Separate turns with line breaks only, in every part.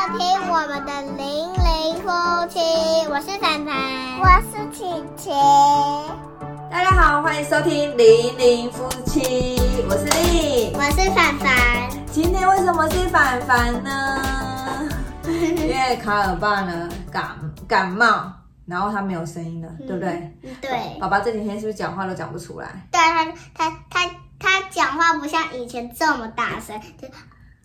我们的零零夫妻，我是凡凡，
我是琪琪。
大家好，欢迎收听《零零夫妻》，我是丽。
我是凡凡。
今天为什么是凡凡 呢？因为卡尔爸呢感感冒，然后他没有声音了，对不对？
嗯对，
爸爸这几天是不是讲话都讲不出来？
对他他他他讲话不像以前这么大声，就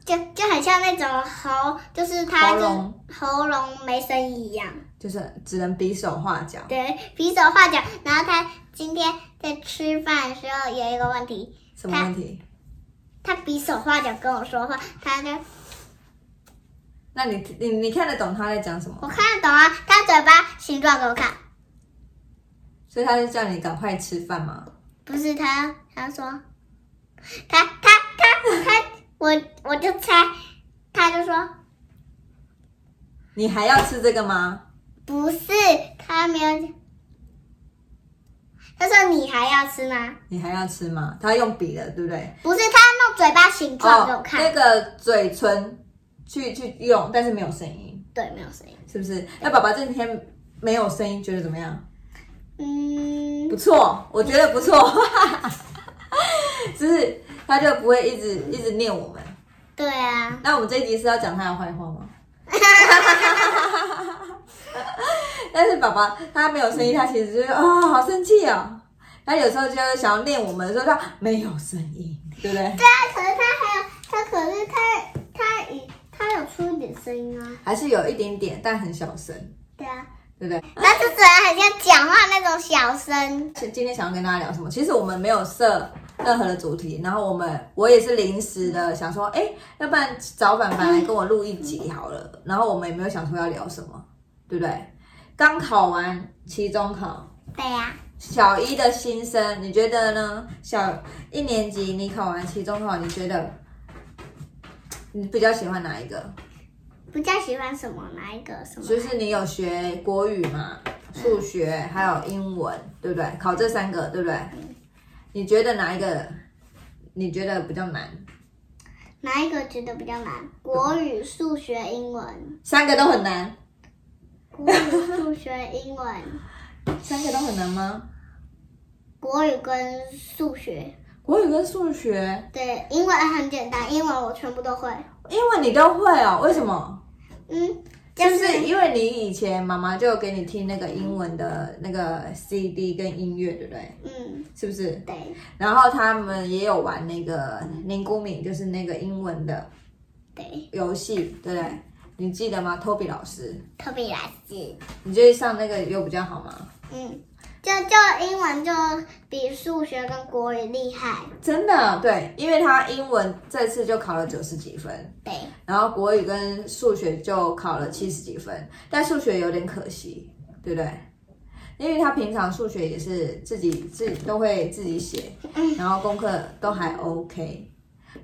就就很像那种喉，就是他
喉
就是
咙
喉咙没声音一样。
就是只能比手画脚。
对，比手画脚。然后他今天在吃饭的时候有一个问题，
什么问题？
他比手画脚跟我说话，他就
那你你你看得懂他在讲什么？
我看得懂啊，他嘴巴形状给我看，
所以他就叫你赶快吃饭嘛。
不是他，他说他他他他，我我就猜，他就说
你还要吃这个吗？
不是，他没有讲，他说你还要吃吗？
你还要吃吗？他用笔的，对不对？哦
不是，他弄嘴巴形状给我看，
那个嘴唇去去用，但是没有声音，
对，没有声音，
是不是？那爸爸这几天没有声音，觉得怎么样？
嗯
不，错，我觉得不错， 就是他就不会一直一直念我们。
对啊。
那我们这一集是要讲他的坏话吗？ 但是爸爸他没有声音，他其实就是哦，好生气哦。他有时候就想要念我们，说他没有声音，对不对？
啊可是他还有他，可是他他以他有出一点声音啊，
还是有一点点，但很小声，
对啊，
对不对？
但是只能很像讲话那种小声，
今今天想要跟大家聊什么？其实我们没有设任何的主题，然后我们我也是临时的想说，哎，要不然找凡凡来跟我录一集好了。然后我们也没有想说要聊什么，对不对？刚考完期中考，
对啊呀、
小一的新生，你觉得呢？小一年级你考完期中考，你觉得你比较喜欢哪一个？
不比较喜欢什么哪一个什么？
就是你有学国语嘛，数学还有英文，对不对？考这三个，对不对？你觉得哪一个你觉得比较难？
哪一个觉得比较难？国语、数学、英文。
三个都很难，
国语、数学、英文。
三个都很难吗？
国语跟数学，
国语跟数学，
对，英文很简单，英文我全部都会。
英文你都会哦？为什么？
嗯，
就
就是
是因为你以前妈妈就有给你听那个英文的那个 CD 跟音乐，对不对？
嗯，
是不是？
对
然后他们也有玩那个林谷敏，就是那个英文的
对，
游戏，对不对？你记得吗？Toby 老师，
特别来自。
你觉得上那个有比较好吗？
嗯，就就英文就比数学跟国语厉害，
真的，对，因为他英文这次就考了九十几分，
对，
然后国语跟数学就考了七十几分，但数学有点可惜，对不对？因为他平常数学也是自己自己都会自己写，然后功课都还 OK，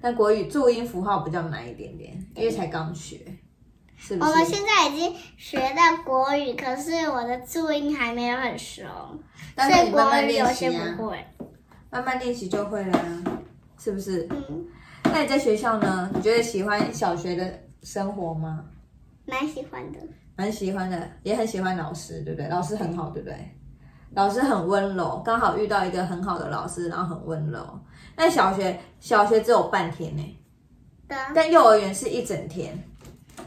但国语注音符号比较难一点点，因为才刚学，是不
我们
是？
现在已经学到国语，可是我的注音还没有很熟，
但
所
是
以
你慢
国
慢
语有
练习
些
啊
不，会。
慢慢练习就会了啊，是不是？
嗯，
那你在学校呢？你觉得喜欢小学的生活吗？
蛮喜欢的。
蛮喜欢的，也很喜欢老师，对不对？老师很好，对不对？老师很温柔，刚好遇到一个很好的老师，然后很温柔。但小学小学只有半天呢，
对啊
但幼儿园是一整天。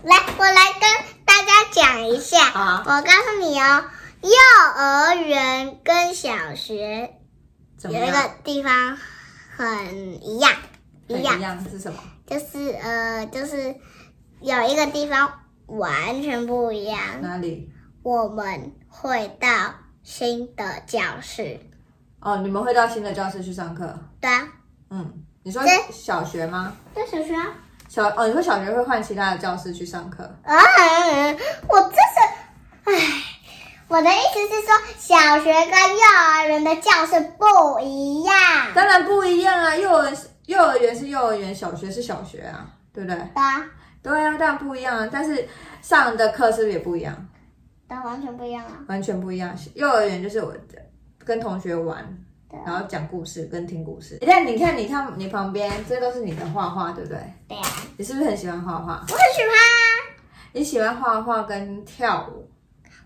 来，我来跟大家讲一下。
好
我告诉你哦，幼儿园跟小学
怎
有
么
一
样
个？地方很一样，
很
一样
一样是什么？
就是呃，就是有一个地方完全不一样。
哪里？
我们会到新的教室，
哦，你们会到新的教室去上课？
对啊，
嗯，你说
对
小学吗？
对小学啊。
小哦，你说小学会换其他的教室去上课？
啊，我真是，唉，我的意思是说，小学跟幼儿园的教室不一样
当然不一样啊，幼儿幼儿园是幼儿园，小学是小学啊，对不对？
的，
对啊，当然不一样啊，但是上的课是不是也不一样？
的完全不一样啊。
完全不一样。幼儿园就是我跟同学玩，
对
然
啊，
后讲故事跟听故事。但你看，你看你旁边，这都是你的画画，对不对？
对啊，
你是不是很喜欢画画？
我很喜欢啊。
你喜欢画画跟跳舞，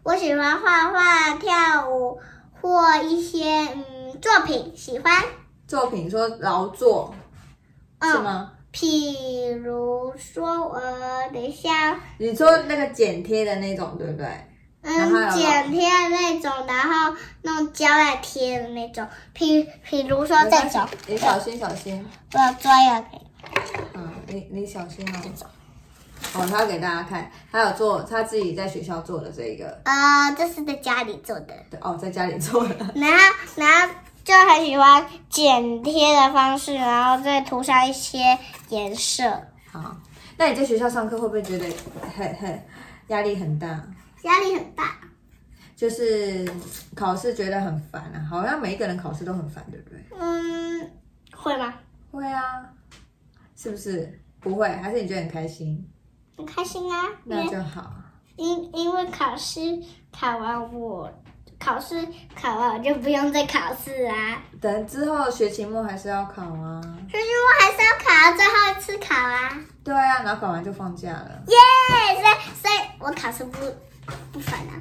我喜欢画画、跳舞或一些嗯作品，喜欢。
作品说劳作是
嗯，
吗？
譬如说，呃，等一下，
你说那个剪贴的那种，对不对？然后还有
嗯，剪贴的那种，然后弄胶带贴的那种，譬譬如说
没
这
关系
种，
你小心小心，
我抓要给
嗯，你你小心哦。哦，他要给大家看，他有做他自己在学校做的这个，
呃，这是在家里做的，
对哦，在家里做的，
然后然后就很喜欢剪贴的方式，然后再涂上一些颜色，
好。那你在学校上课会不会觉得很很压力很大？
压力很大。
就是考试觉得很烦啊，好像每一个人考试都很烦，对不对？
嗯，会吗？
会啊，是不是？不会，还是你觉得很开心？
很开心啊，因
那
为
就好。
因因为考试考完我考试考完我就不用再考试啊，
等之后学期末还是要考啊。
可是我还是要考最后一次考啊，
对啊，然后考完就放假了。
耶、所以所以我考试不不烦啊，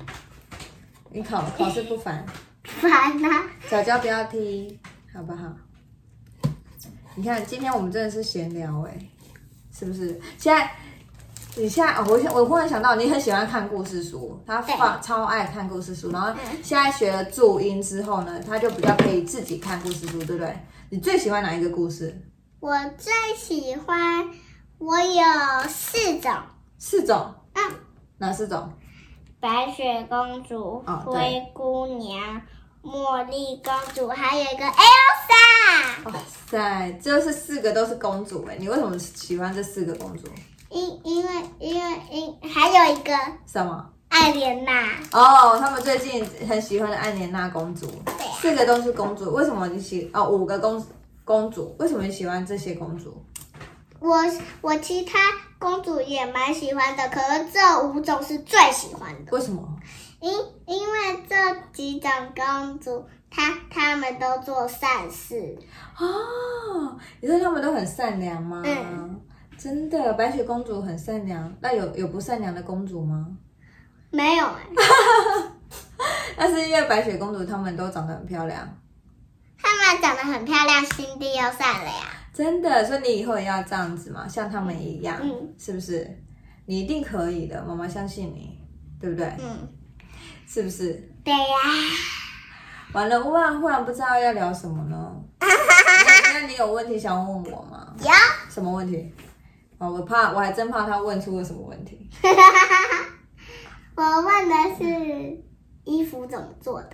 你考考试不烦，
不烦啊，
小娇不要踢，好不好？你看今天我们真的是闲聊哎、是不是？现在你现在哦，我想我忽然想到，你很喜欢看故事书，他
对
放超爱看故事书，然后现在学了注音之后呢，他就比较可以自己看故事书，对不对？你最喜欢哪一个故事？
我最喜欢我有四种，
四种，
嗯，
哪四种？
白雪公主、
哦对
灰姑娘、茉莉公主，还有一个 Elsa。
哇塞，哎就是四个都是公主哎、你为什么喜欢这四个公主？
因因为因为因还有一个
什么？
爱莲娜，
哦，他们最近很喜欢的艾莲娜公主，
对啊
四个都是公主，为什么你喜哦五个公公主？为什么你喜欢这些公主？
我我其他公主也蛮喜欢的，可是这五种是最喜欢的，
为什么？
因因为这几种公主，她她们都做善事，
哦，你说他们都很善良吗？
嗯
真的，白雪公主很善良，那有有不善良的公主吗？
没有、欸，
那是因为白雪公主她们都长得很漂亮，
她们长得很漂亮，心地又善良，
真的，所以你以后也要这样子嘛，像她们一样，
嗯
是不是？你一定可以的，妈妈相信你，对不对？
嗯，
是不是？
对呀、
完了，忽然忽然不知道要聊什么呢？那那你有问题想问我吗？
有，
什么问题？哦，我怕，我还真怕他问出了什么问题。
我问的是衣服怎么做的，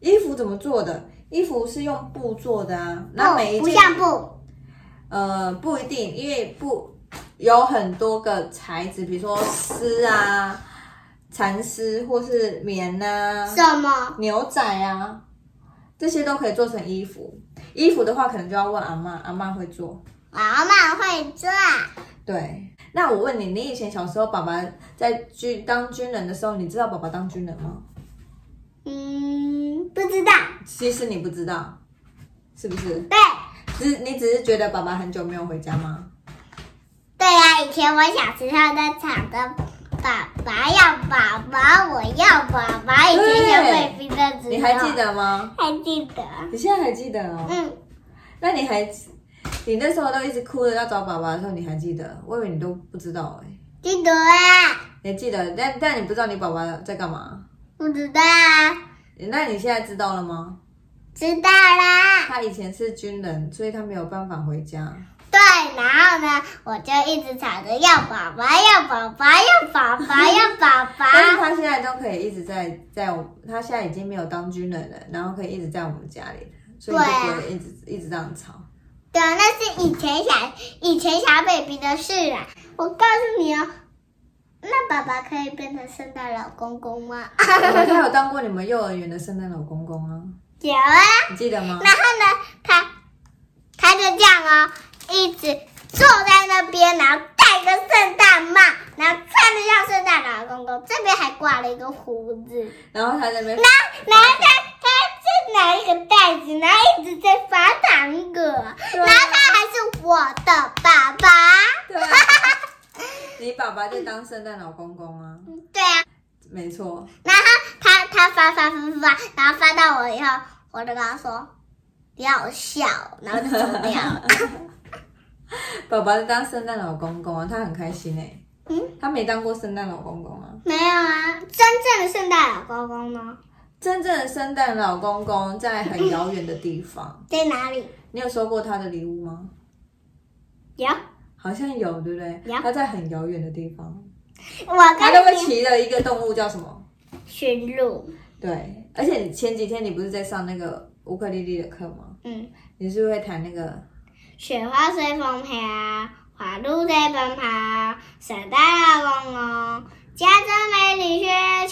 衣服怎么做的？衣服是用布做的啊，那每一
哦不
件、
像布，
呃不一定，因为布有很多个材质，比如说丝啊、蚕丝或是棉呐、啊、
什么
牛仔啊，这些都可以做成衣服。衣服的话，可能就要问阿妈，阿妈会做。
妈妈会做啊，
对，那我问你，你以前小时候爸爸在军当军人的时候，你知道爸爸当军人吗？
嗯，不知道，
其实你不知道，是不是？
对。
只你只是觉得爸爸很久没有回家吗？
对呀、以前我小时候在唱的爸爸要爸爸，我要爸爸。以前小
对
贵宾的时候，
你还记？得吗？
还记得。
你现在还记得哦？
嗯，
那你还你那时候都一直哭着要找爸爸的时候，你还记得？我以为你都不知道哎、
记得啊，
你还记得，但但你不知道你爸爸在干嘛。
不知道啊，
那你现在知道了吗？
知道啦。
他以前是军人，所以他没有办法回家。
对，然后呢，我就一直吵着要爸爸，要爸爸，要爸爸，要爸
但 是
爸。
他现在都可以一直在在我们，他现在已经没有当军人了，然后可以一直在我们家里，所以就
对啊
不会一直一直这样吵。
对，啊那是以前小以前小 baby 的事啊。我告诉你哦，那爸爸可以变成圣诞老公公吗？
他有当过你们幼儿园的圣诞老公公啊，
有啊。
你记得吗？
然后呢，他他就这样哦，一直坐在那边，然后戴个圣诞帽，然后穿的像圣诞老公公，这边还挂了一个胡子，
然后他在那边，
然后他他就拿一个袋子，然后一直在发糖果，然后他还是我的爸爸。
对啊，你爸爸就当圣诞老公公
对啊，
没错，
然后他他发发发发，然后发到我以后，我就跟他说不要笑，然后就走 掉了。
宝宝在当圣诞老公公啊，他很开心哎、
嗯
他没当过圣诞老公公啊。
没有啊，真正的圣诞老公公呢，
真正的圣诞老公公在很遥远的地方，
在哪里？
你有收过他的礼物吗？
有，
好像有，对不对？
有
他在很遥远的地方，
我
他都
跟
会
你
骑的一个动物叫什么？
驯鹿，
对，而且前几天你不是在上那个乌克丽丽的课吗？
嗯，
你是不是会弹那个？
雪花随风飘，花鹿在奔跑，圣诞老公公驾着美丽雪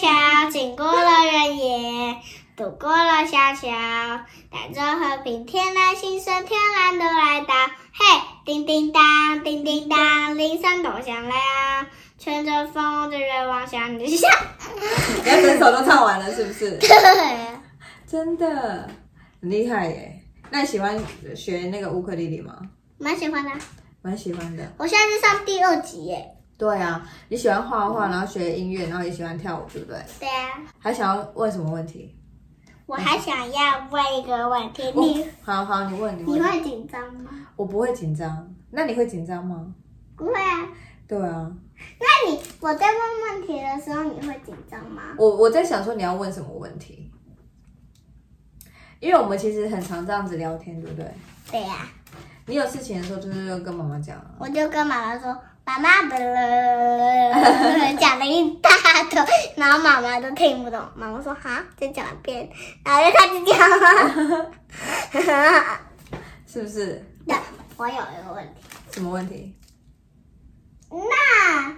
橇，经过了原野，渡过了小桥，带着和平天籁心声，天然的来到。嘿，叮叮当，叮叮当，铃声都响了，乘着风的人望向你笑。
你要整首都唱完了是 不是？
对，
真的很厉害耶！那你喜欢学那个乌克丽丽吗？
蛮喜欢的。
蛮喜欢的。
我现在是上第二集耶。
对啊，你喜欢画画，然后学音乐，然后也喜欢跳舞，对不对？
对啊，
还想要问什么问题？
我还想要问一个问题，
我
你
哦好好，你问你
你
问，
会紧张吗？
我不会紧张。那你会紧张吗？
不会啊，
对啊，
那你我在问问题的时候，你会紧张吗？
我我在想说你要问什么问题，因为我们其实很常这样子聊天，对不对？
对呀、
你有事情的时候就是要跟妈妈讲啊。
我就跟妈妈说，妈妈的了，讲了一大堆，然后妈妈都听不懂。妈妈说哈，再讲一遍，然后就开始讲 了。
是不是？
那我有一个问题，
什么问题？
那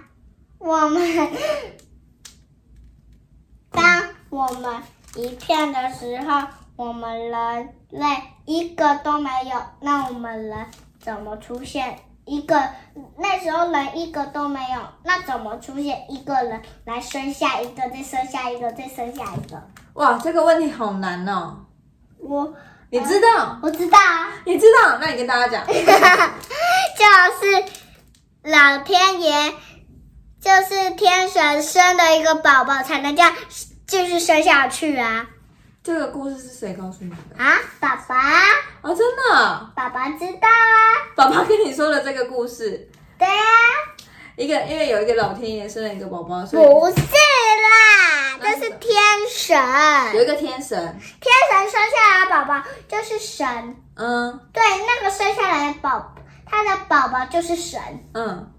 我们当我们一片的时候，我们人类一个都没有，那我们人怎么出现一个？那时候人一个都没有，那怎么出现一个人来生下一个，再生下一个，再生下一个？
哇，这个问题好难哦。
我
你知道？
我知道 啊。
你知道？那你跟大家讲。
就是老天爷，就是天神生的一个宝宝才能这样继续生下去啊
这个故事是谁告诉你的？
啊！爸爸，
哦，真的，
爸爸知道啊，
爸爸跟你说了这个故事。
对啊，
一个，因为有一个老天爷生了一个宝宝，所以
不是啦，这是天神，
有一个天神。
天神生下来的宝宝就是神，
嗯
对，那个生下来的宝，他的宝宝就是神，
嗯，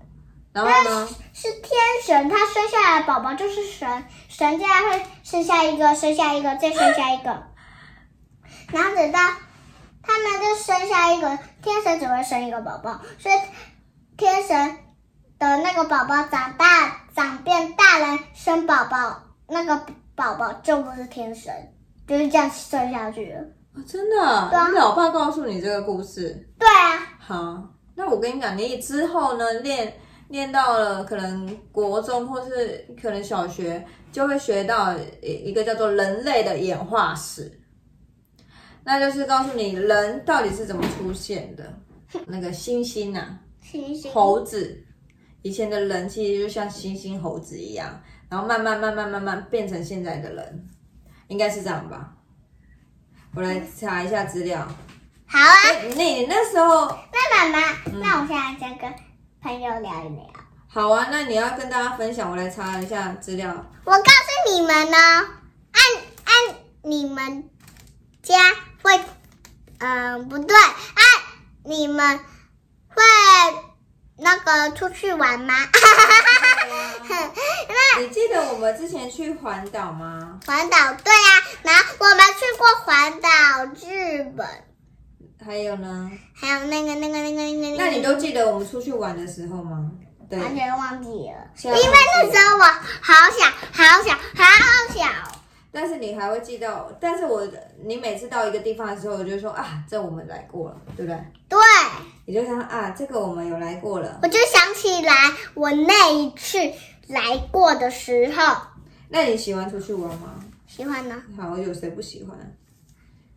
然后呢？
是天神，他生下来的宝宝就是神，神竟然会生下一个，生下一个，再生下一个，然后等到他们就生下一个，天神只会生一个宝宝，所以天神的那个宝宝长大，长变大人生宝宝，那个宝宝就不是天神，就是这样生下去的。
哦、真的，
对啊
你老爸告诉你这个故事。
对啊，
好，那我跟你讲，你之后呢练练到了可能国中或是可能小学，就会学到一一个叫做人类的演化史，那就是告诉你人到底是怎么出现的。那个猩猩啊，
星星
猴子，以前的人其实就像猩猩、猴子一样，然后慢慢、慢慢、慢慢变成现在的人，应该是这样吧？我来查一下资料。
好啊，
那你那时候
那妈妈，
嗯
那我现在先跟朋友聊一聊。
好啊，那你要跟大家分享，我来查一下资料。
我告诉你们呢，按按你们家会，嗯、不对，按你们会那个出去玩吗？
你记得我们之前去环岛吗？
环岛对啊，然后我们去过环岛、日本，
还有呢？
还有那个那个那个那个
那你
个，
都记得我们出去玩的时候吗？对，
完全忘记了，
现
嗯因
在
为那
忘记
时
了
候我好小好小好小。
但是你还会记到，但是我你每次到一个地方的时候，我就说啊，这我们来过了，对不对？
对，
你就想啊，这个我们有来过了。
我就想起来我那一次来过的时候，
那你喜欢出去玩吗？
喜欢呢？
好，有谁不喜欢？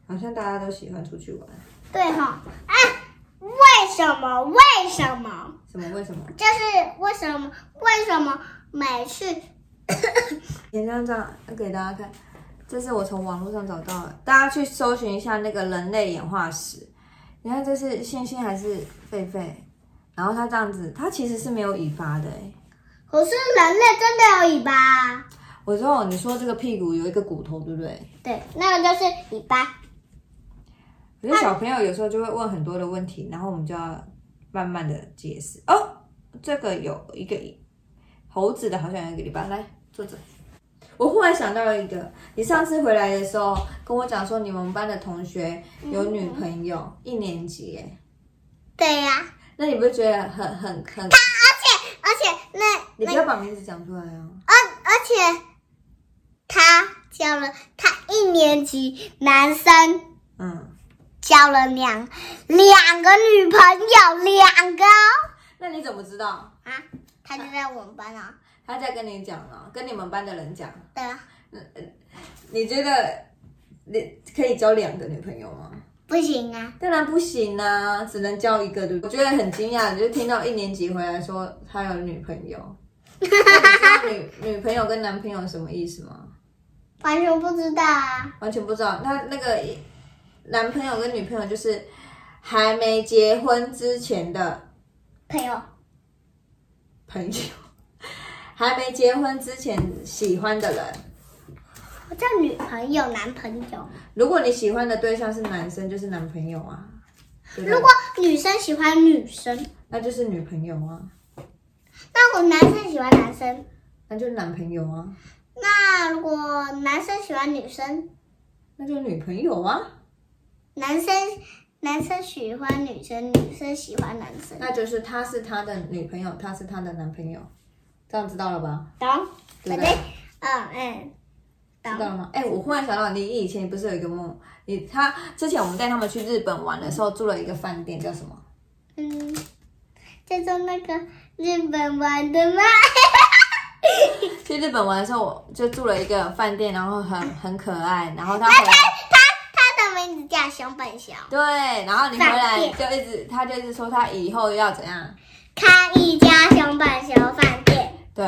好像大家都喜欢出去玩，
对哈、哎，为什么？为什么？
什么？为什么？
就是为什么？为什么每次
简单这样给大家看，这是我从网络上找到的，大家去搜寻一下那个人类演化史。你看这是星星还是狒狒？然后它这样子，它其实是没有尾巴的、欸。
可是人类真的有尾巴啊，
我知道你说这个屁股有一个骨头，对不对？
对，那个就是尾巴。
可是小朋友有时候就会问很多的问题，然后我们就要慢慢的解释。哦，这个有一个猴子的，好像有一个礼拜来坐着。我忽然想到一个，你上次回来的时候跟我讲说，你们班的同学有女朋友，一年级耶，
对呀、
那你不是觉得很很很？
而且那
你不
那
要把名字讲出来哦。
而而且他交了他一年级男生
嗯，
交了两两个女朋友，两个哦
那你怎么知道？
啊，他就在我们班啊。
他在跟你讲了、跟你们班的人讲。
对啊，
你觉得你可以交两个女朋友吗？
不行啊，
当然不行啊，只能交一个，对不对？我觉得很惊讶，你就听到一年级回来说他有女朋友，那你知道女女朋友跟男朋友什么意思吗？
完全不知道啊。
完全不知道。那那个男朋友跟女朋友就是还没结婚之前的
朋友，
朋友，还没结婚之前喜欢的人。
我叫女朋友、男朋友。
如果你喜欢的对象是男生，就是男朋友啊；对不对
如果女生喜欢女生，
那就是女朋友啊，
那我男生喜欢男生，
那就是男朋友啊，
那如果男生喜欢女生，
那就是女朋友啊，
男生男生喜欢女生，女生喜欢男生，
那就是他是他的女朋友，他是他的男朋友，这样知道了吧？
懂？
对不
对
对？
嗯嗯，
知道
懂。
了吗？哎、我忽然想到，你以前不是有一个梦？你他之前我们带他们去日本玩的时候，住了一个饭店，叫什么？
嗯，这是那个日本玩的吗？
去日本玩的时候，我就住了一个饭店，然后很很可爱，然后他回来。
它的名字叫熊本熊，
对，然后你回来
饭店
就一直，他就一直说他以后要怎样，
开一家熊本熊饭店。
对，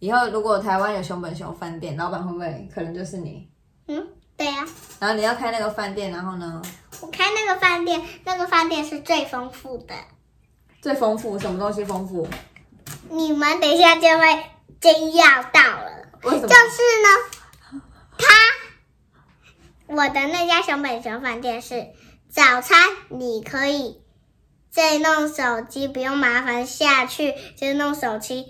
以后如果台湾有熊本熊饭店，老板会不会可能就是你？
嗯，对呀、
然后你要开那个饭店，然后呢，
我开那个饭店，那个饭店是最丰富的，
最丰富什么东西丰富？
你们等一下就会惊讶到了。
为什么
就？是呢，他我的那家熊本熊饭店是早餐，你可以再弄手机，不用麻烦下去就弄手机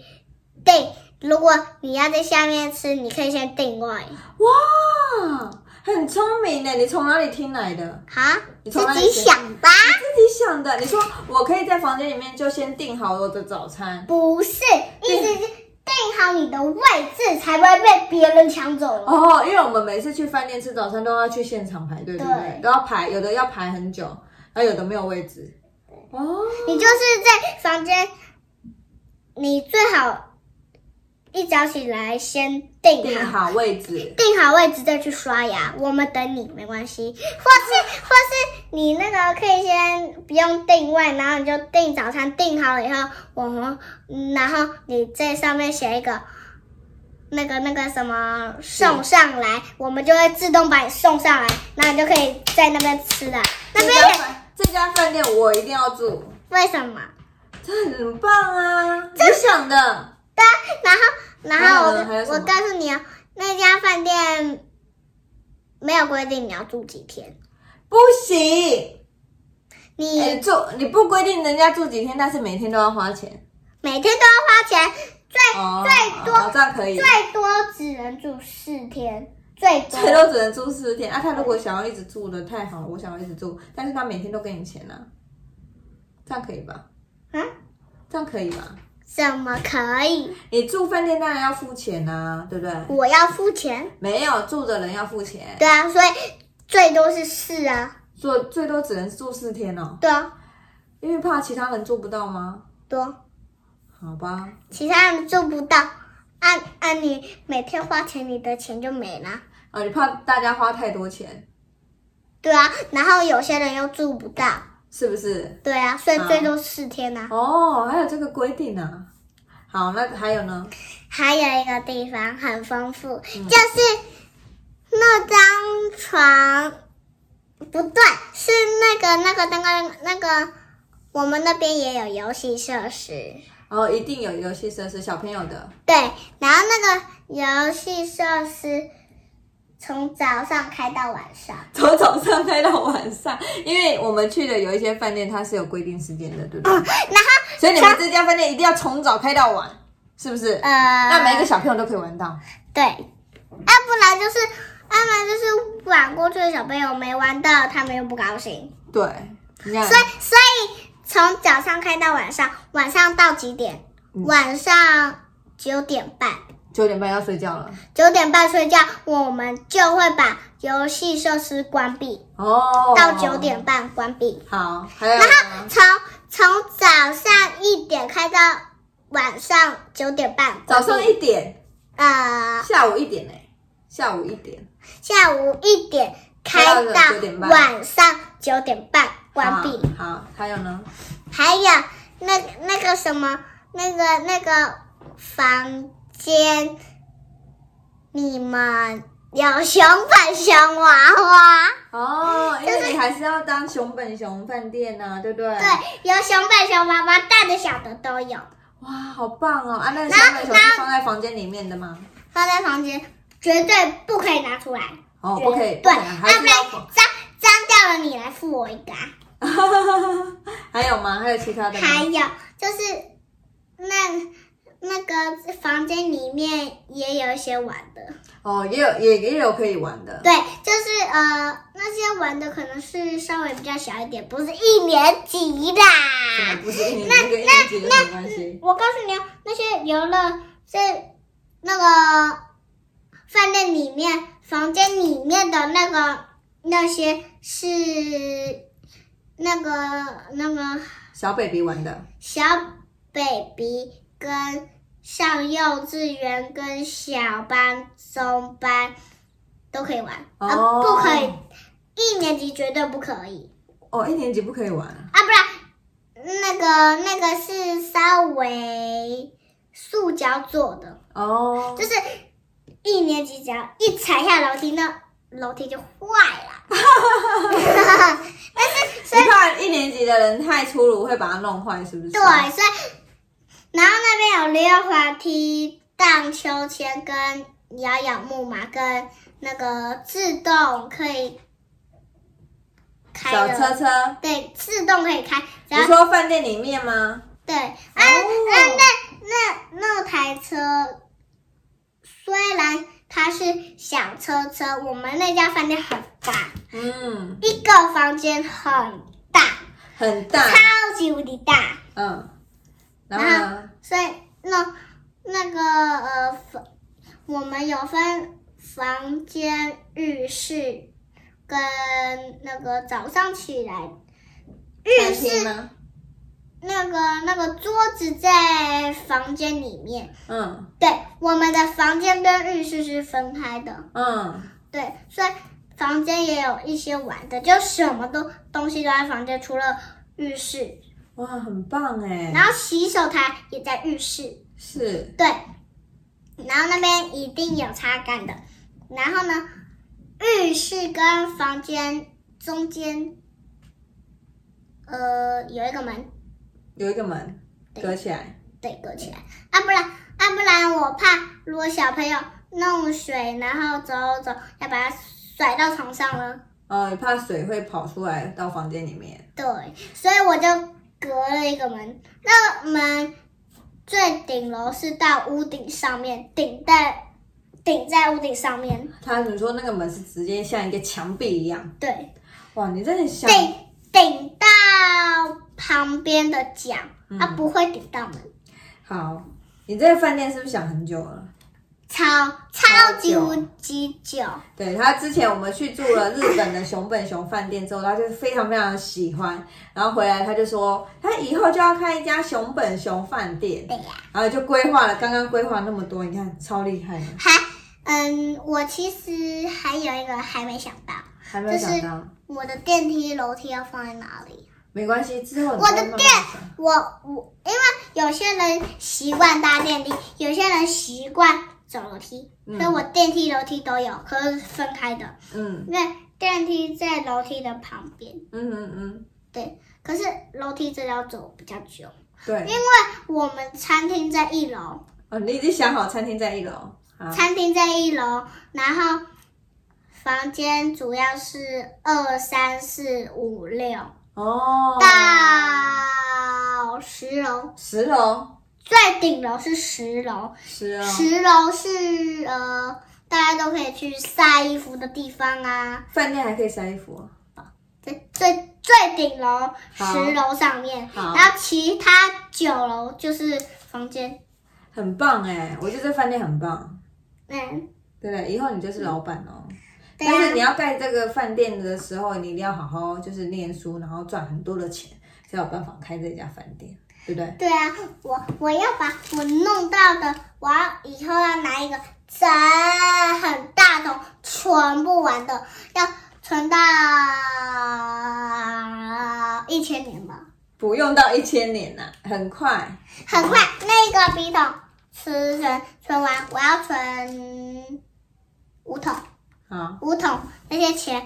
订。如果你要在下面吃，你可以先订位。
哇，很聪明呢！你从哪里听来的？
好，
你从哪
自
里
己
学
想吧。
你自己想的。你说我可以在房间里面就先订好我的早餐，
不是，意思是订好你的位置，才不会被别人抢走了。
哦，因为我们每次去饭店吃早餐都要去现场排队，对不对？
对
都要排，有的要排很久，然后有的没有位置。哦，
你就是在房间，你最好一早起来先
订
订好，
好位置，
订好位置再去刷牙，我们等你没关系。或是或是你那个可以先不用定位，然后你就订早餐，订好了以后，我们嗯然后你在上面写一个。那个那个什么送上来，我们就会自动把你送上来，那你就可以在那边吃了。那
这
边
家
也
饭这家饭店我一定要住，
为什么？
这很棒啊！你想的，
对啊，然后然后
还有呢还有
我
什么
我告诉你哦，那家饭店没有规定你要住几天，
不行，
你
你住你不规定人家住几天，但是每天都要花钱。
每天都要花钱，最、
哦，
最多
哦这样可以，
最多只能住四天，最 多
最多只能住四天啊。他如果想要一直住的太好了，我想要一直住，但是他每天都给你钱呢、啊，这样可以吧？
啊？
这样可以吧？
怎么可以？
你住饭店当然要付钱啊，对不对？
我要付钱。
没有住的人要付钱，
对啊，所以最多是四啊，
住最多只能住四天哦，
对啊，
因为怕其他人住不到吗？
多，
好吧，
其他人做不到。按按你每天花钱，你的钱就没了。
啊，你怕大家花太多钱，
对啊，然后有些人又住不到。
是不是？
对啊，所以
好
最多四天呐、啊。
哦，还有这个规定啊。好，那还有呢？
还有一个地方很丰富，
嗯
就是那张床，不对，是那个那个那个那个，我们那边也有游戏设施。
哦，一定有游戏设施，小朋友的，
对，然后那个游戏设施从早上开到晚上。
从早上开到晚上，因为我们去的有一些饭店它是有规定时间的，对不对？
然后
所以你们这家饭店一定要从早开到晚，是不是？
呃，
那每一个小朋友都可以玩到。
对，要不然就是，要不然就是晚过去的小朋友没玩到，他们又不高兴。
对，你看
所，以，所以从早上开到晚上，晚上到几点？
嗯
晚上九点半。
九点半要睡觉了。
九点半睡觉，我们就会把游戏设施关闭，
哦，
到九。点半关闭。
好，还有呢，
然后从从早上一点开到晚上九点半
早
关闭，
上一点，
呃
下午一点呢、下午一点。
下午一点开
开到
到
9点半
晚上九点半关闭。
好。好，还有呢？
还有那那个什么，那个那个房间，你们有熊本熊娃娃，
哦，因为你还是要当熊本熊饭店呐、对不对？
对，有熊本熊娃娃，大的小的都有，
哇，好棒哦！啊，那个熊本熊是放在房间里面的吗？
放在房间绝对不可以拿出来，
哦，不可以，不
对，
可以还
要
是
不
要
然
放。
脏脏掉了，你来付我一个啊。
还有吗？还有其他的吗？
还有就是那。那个房间里面也有一些玩的，
哦，也有也也有可以玩的。
对，就是呃，那些玩的可能是稍微比较小一点，不是一年级的。
真
啊
的不是一年级跟一年级有什么关系？
我告诉你，哦，那些游乐在那个饭店里面、房间里面的那个那些是那个那个
小 baby 玩的
小 baby 跟上幼稚园跟小班、中班都可以玩，啊，
哦
不可以，一年级绝对不可以
哦，一年级不可以玩啊。
啊，不然那个那个是稍微塑胶做的，
哦，
就是一年级只要一踩下楼梯，那楼梯就坏了。
你怕一年级的人太粗鲁会把它弄坏，是不是？
对，所以然后那边有溜滑梯、荡秋千、跟摇摇木马、跟那个自动可以开
小
的
车车，
对，自动可以开，
你
然后
说饭店里面吗？
对，啊，那那那那台车虽然它是小车车，我们那家饭店很大，
嗯，
一个房间很大，
很大，
超级无敌大。
嗯，然后呢？
所以那那个呃，房我们有分房间、浴室跟那个早上起来
餐
浴
厅
室
吗？
那个那个桌子在房间里面。
嗯
对，我们的房间跟浴室是分开的。
嗯，
对，所以房间也有一些玩的，就什么都东西都在房间，除了浴室。
哇，很棒哎，
然后洗手台也在浴室。
是
对，然后那边一定有擦干的。然后呢，浴室跟房间中间，呃，有一个门
有一个门
对
隔起来，
得隔起来，啊，不然啊，不然我怕如果小朋友弄水，然后走走，要把它甩到床上了。
哦，你怕水会跑出来到房间里面，
对，所以我就隔了一个门，那个门最顶楼是到屋顶上面，顶在顶在屋顶上面，
它你说那个门是直接像一个墙壁一样，
对。
哇，你真的想，
顶顶到旁边的脚，它、不会顶到门，
好，你这个饭店是不是想很久了？
超超级
久
无敌久，
对他之前我们去住了日本的熊本熊饭店之后，他就非常非常的喜欢，然后回来他就说他以后就要开一家熊本熊饭店，
对呀、
然后就规划了，刚刚规划那么多，你看超厉害的，
还嗯，我其实还有一个还没想到，
还没有想到，
我的电梯楼梯要放在哪里？
没关系，之后你
我
再
的
慢慢
电
想。
我我，因为有些人习惯搭电梯，有些人习惯走楼梯，所以我电梯、楼梯都有，可是分开的，
嗯
因为电梯在楼梯的旁边，
嗯嗯嗯，
对。可是楼梯这要走比较久，
对。
我们餐厅在一楼，
哦，你已经想好餐厅在一楼。好，
餐厅在一楼，然后房间主要是二三四五六
哦，
到十楼，
十楼，
最顶楼是十楼，
十楼，
十楼是呃，大家都可以去晒衣服的地方啊。
饭店还可以晒衣服哦。
最最最顶楼
好
十楼上面，
好
然后其他九楼就是房间。
很棒哎，我觉得这饭店很棒，
嗯，
对不对？以后你就是老板哦。
对
但是你
啊，
要盖这个饭店的时候，你一定要好好就是念书，然后赚很多的钱，才有办法开这家饭店，对不对？
对啊，我我要把我弄到的，我要以后要拿一个整很大桶存不完的，要存到一千年吧。
不用到一千年呐、很快。
很快，那个笔筒吃存存完，我要存五桶，
好，
五桶那些钱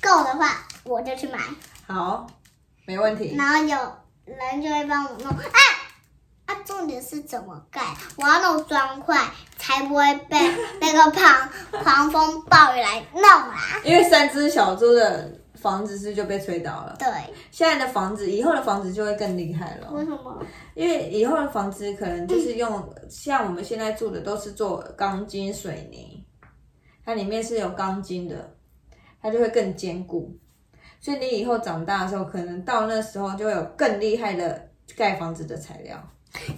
够的话，我就去买，
好，没问题。
然后有人就会帮我弄。啊啊，重点是怎么盖？我要弄砖块，才不会被 那个狂狂风暴雨来弄啊啦。
因为三只小猪的房子是就被吹倒了，
对，
现在的房子，以后的房子就会更厉害了。
为什么？
因为以后的房子可能就是用，像我们现在住的都是做钢筋水泥，它里面是有钢筋的，它就会更坚固。所以你以后长大的时候，可能到那时候就会有更厉害的盖房子的材料。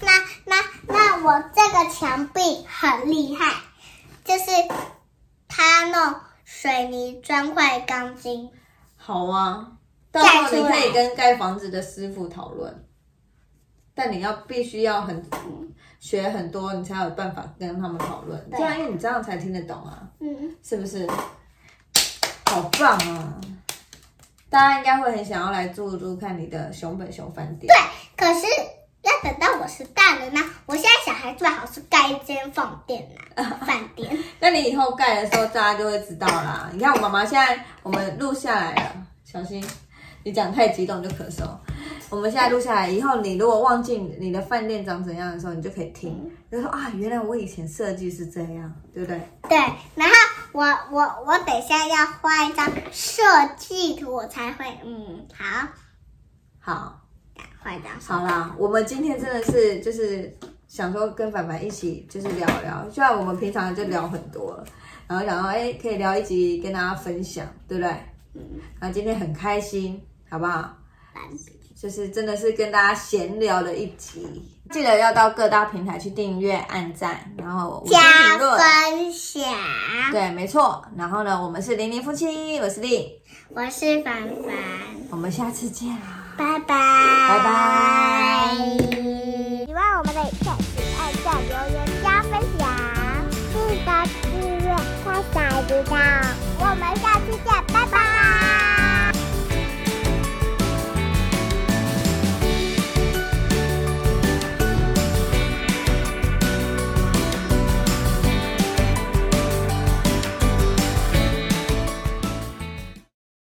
那那那我这个墙壁很厉害，就是他弄水泥砖块钢筋，
好啊，到时候
盖
你
出来
可以跟盖房子的师傅讨论，但你要必须要很学很多，你才有办法跟他们讨论。
对
这样，因为你这样才听得懂啊，
嗯，
是不是？好棒啊！大家应该会很想要来住住看你的熊本熊饭店
对。。可是要等到我是大人啦、啊我现在小孩最好是盖一间饭店啦、饭店。
那你以后盖的时候，大家就会知道啦。你看我妈妈现在，我们录下来了，小心你讲太激动就咳嗽。我们现在录下来，以后你如果忘记你的饭店长怎样的时候，你就可以听，就说啊，原来我以前设计是这样，对不对？
对，然后我我我等一下要画一张设计图，我才会嗯好
好，
画一张。
好啦，我们今天真的是就是想说跟凡凡一起就是聊聊，虽然我们平常就聊很多了，然后想到哎、可以聊一集跟大家分享，对不对？
嗯，
然后今天很开心，好不好？
完毕
就是真的是跟大家闲聊的一集。记得要到各大平台去订阅、按赞，然后五星
加
评论。
分享，
对，没错。然后呢，我们是零零夫妻，我是丽，
我是凡凡，
我们下次见啦，
拜拜，
拜
拜
拜。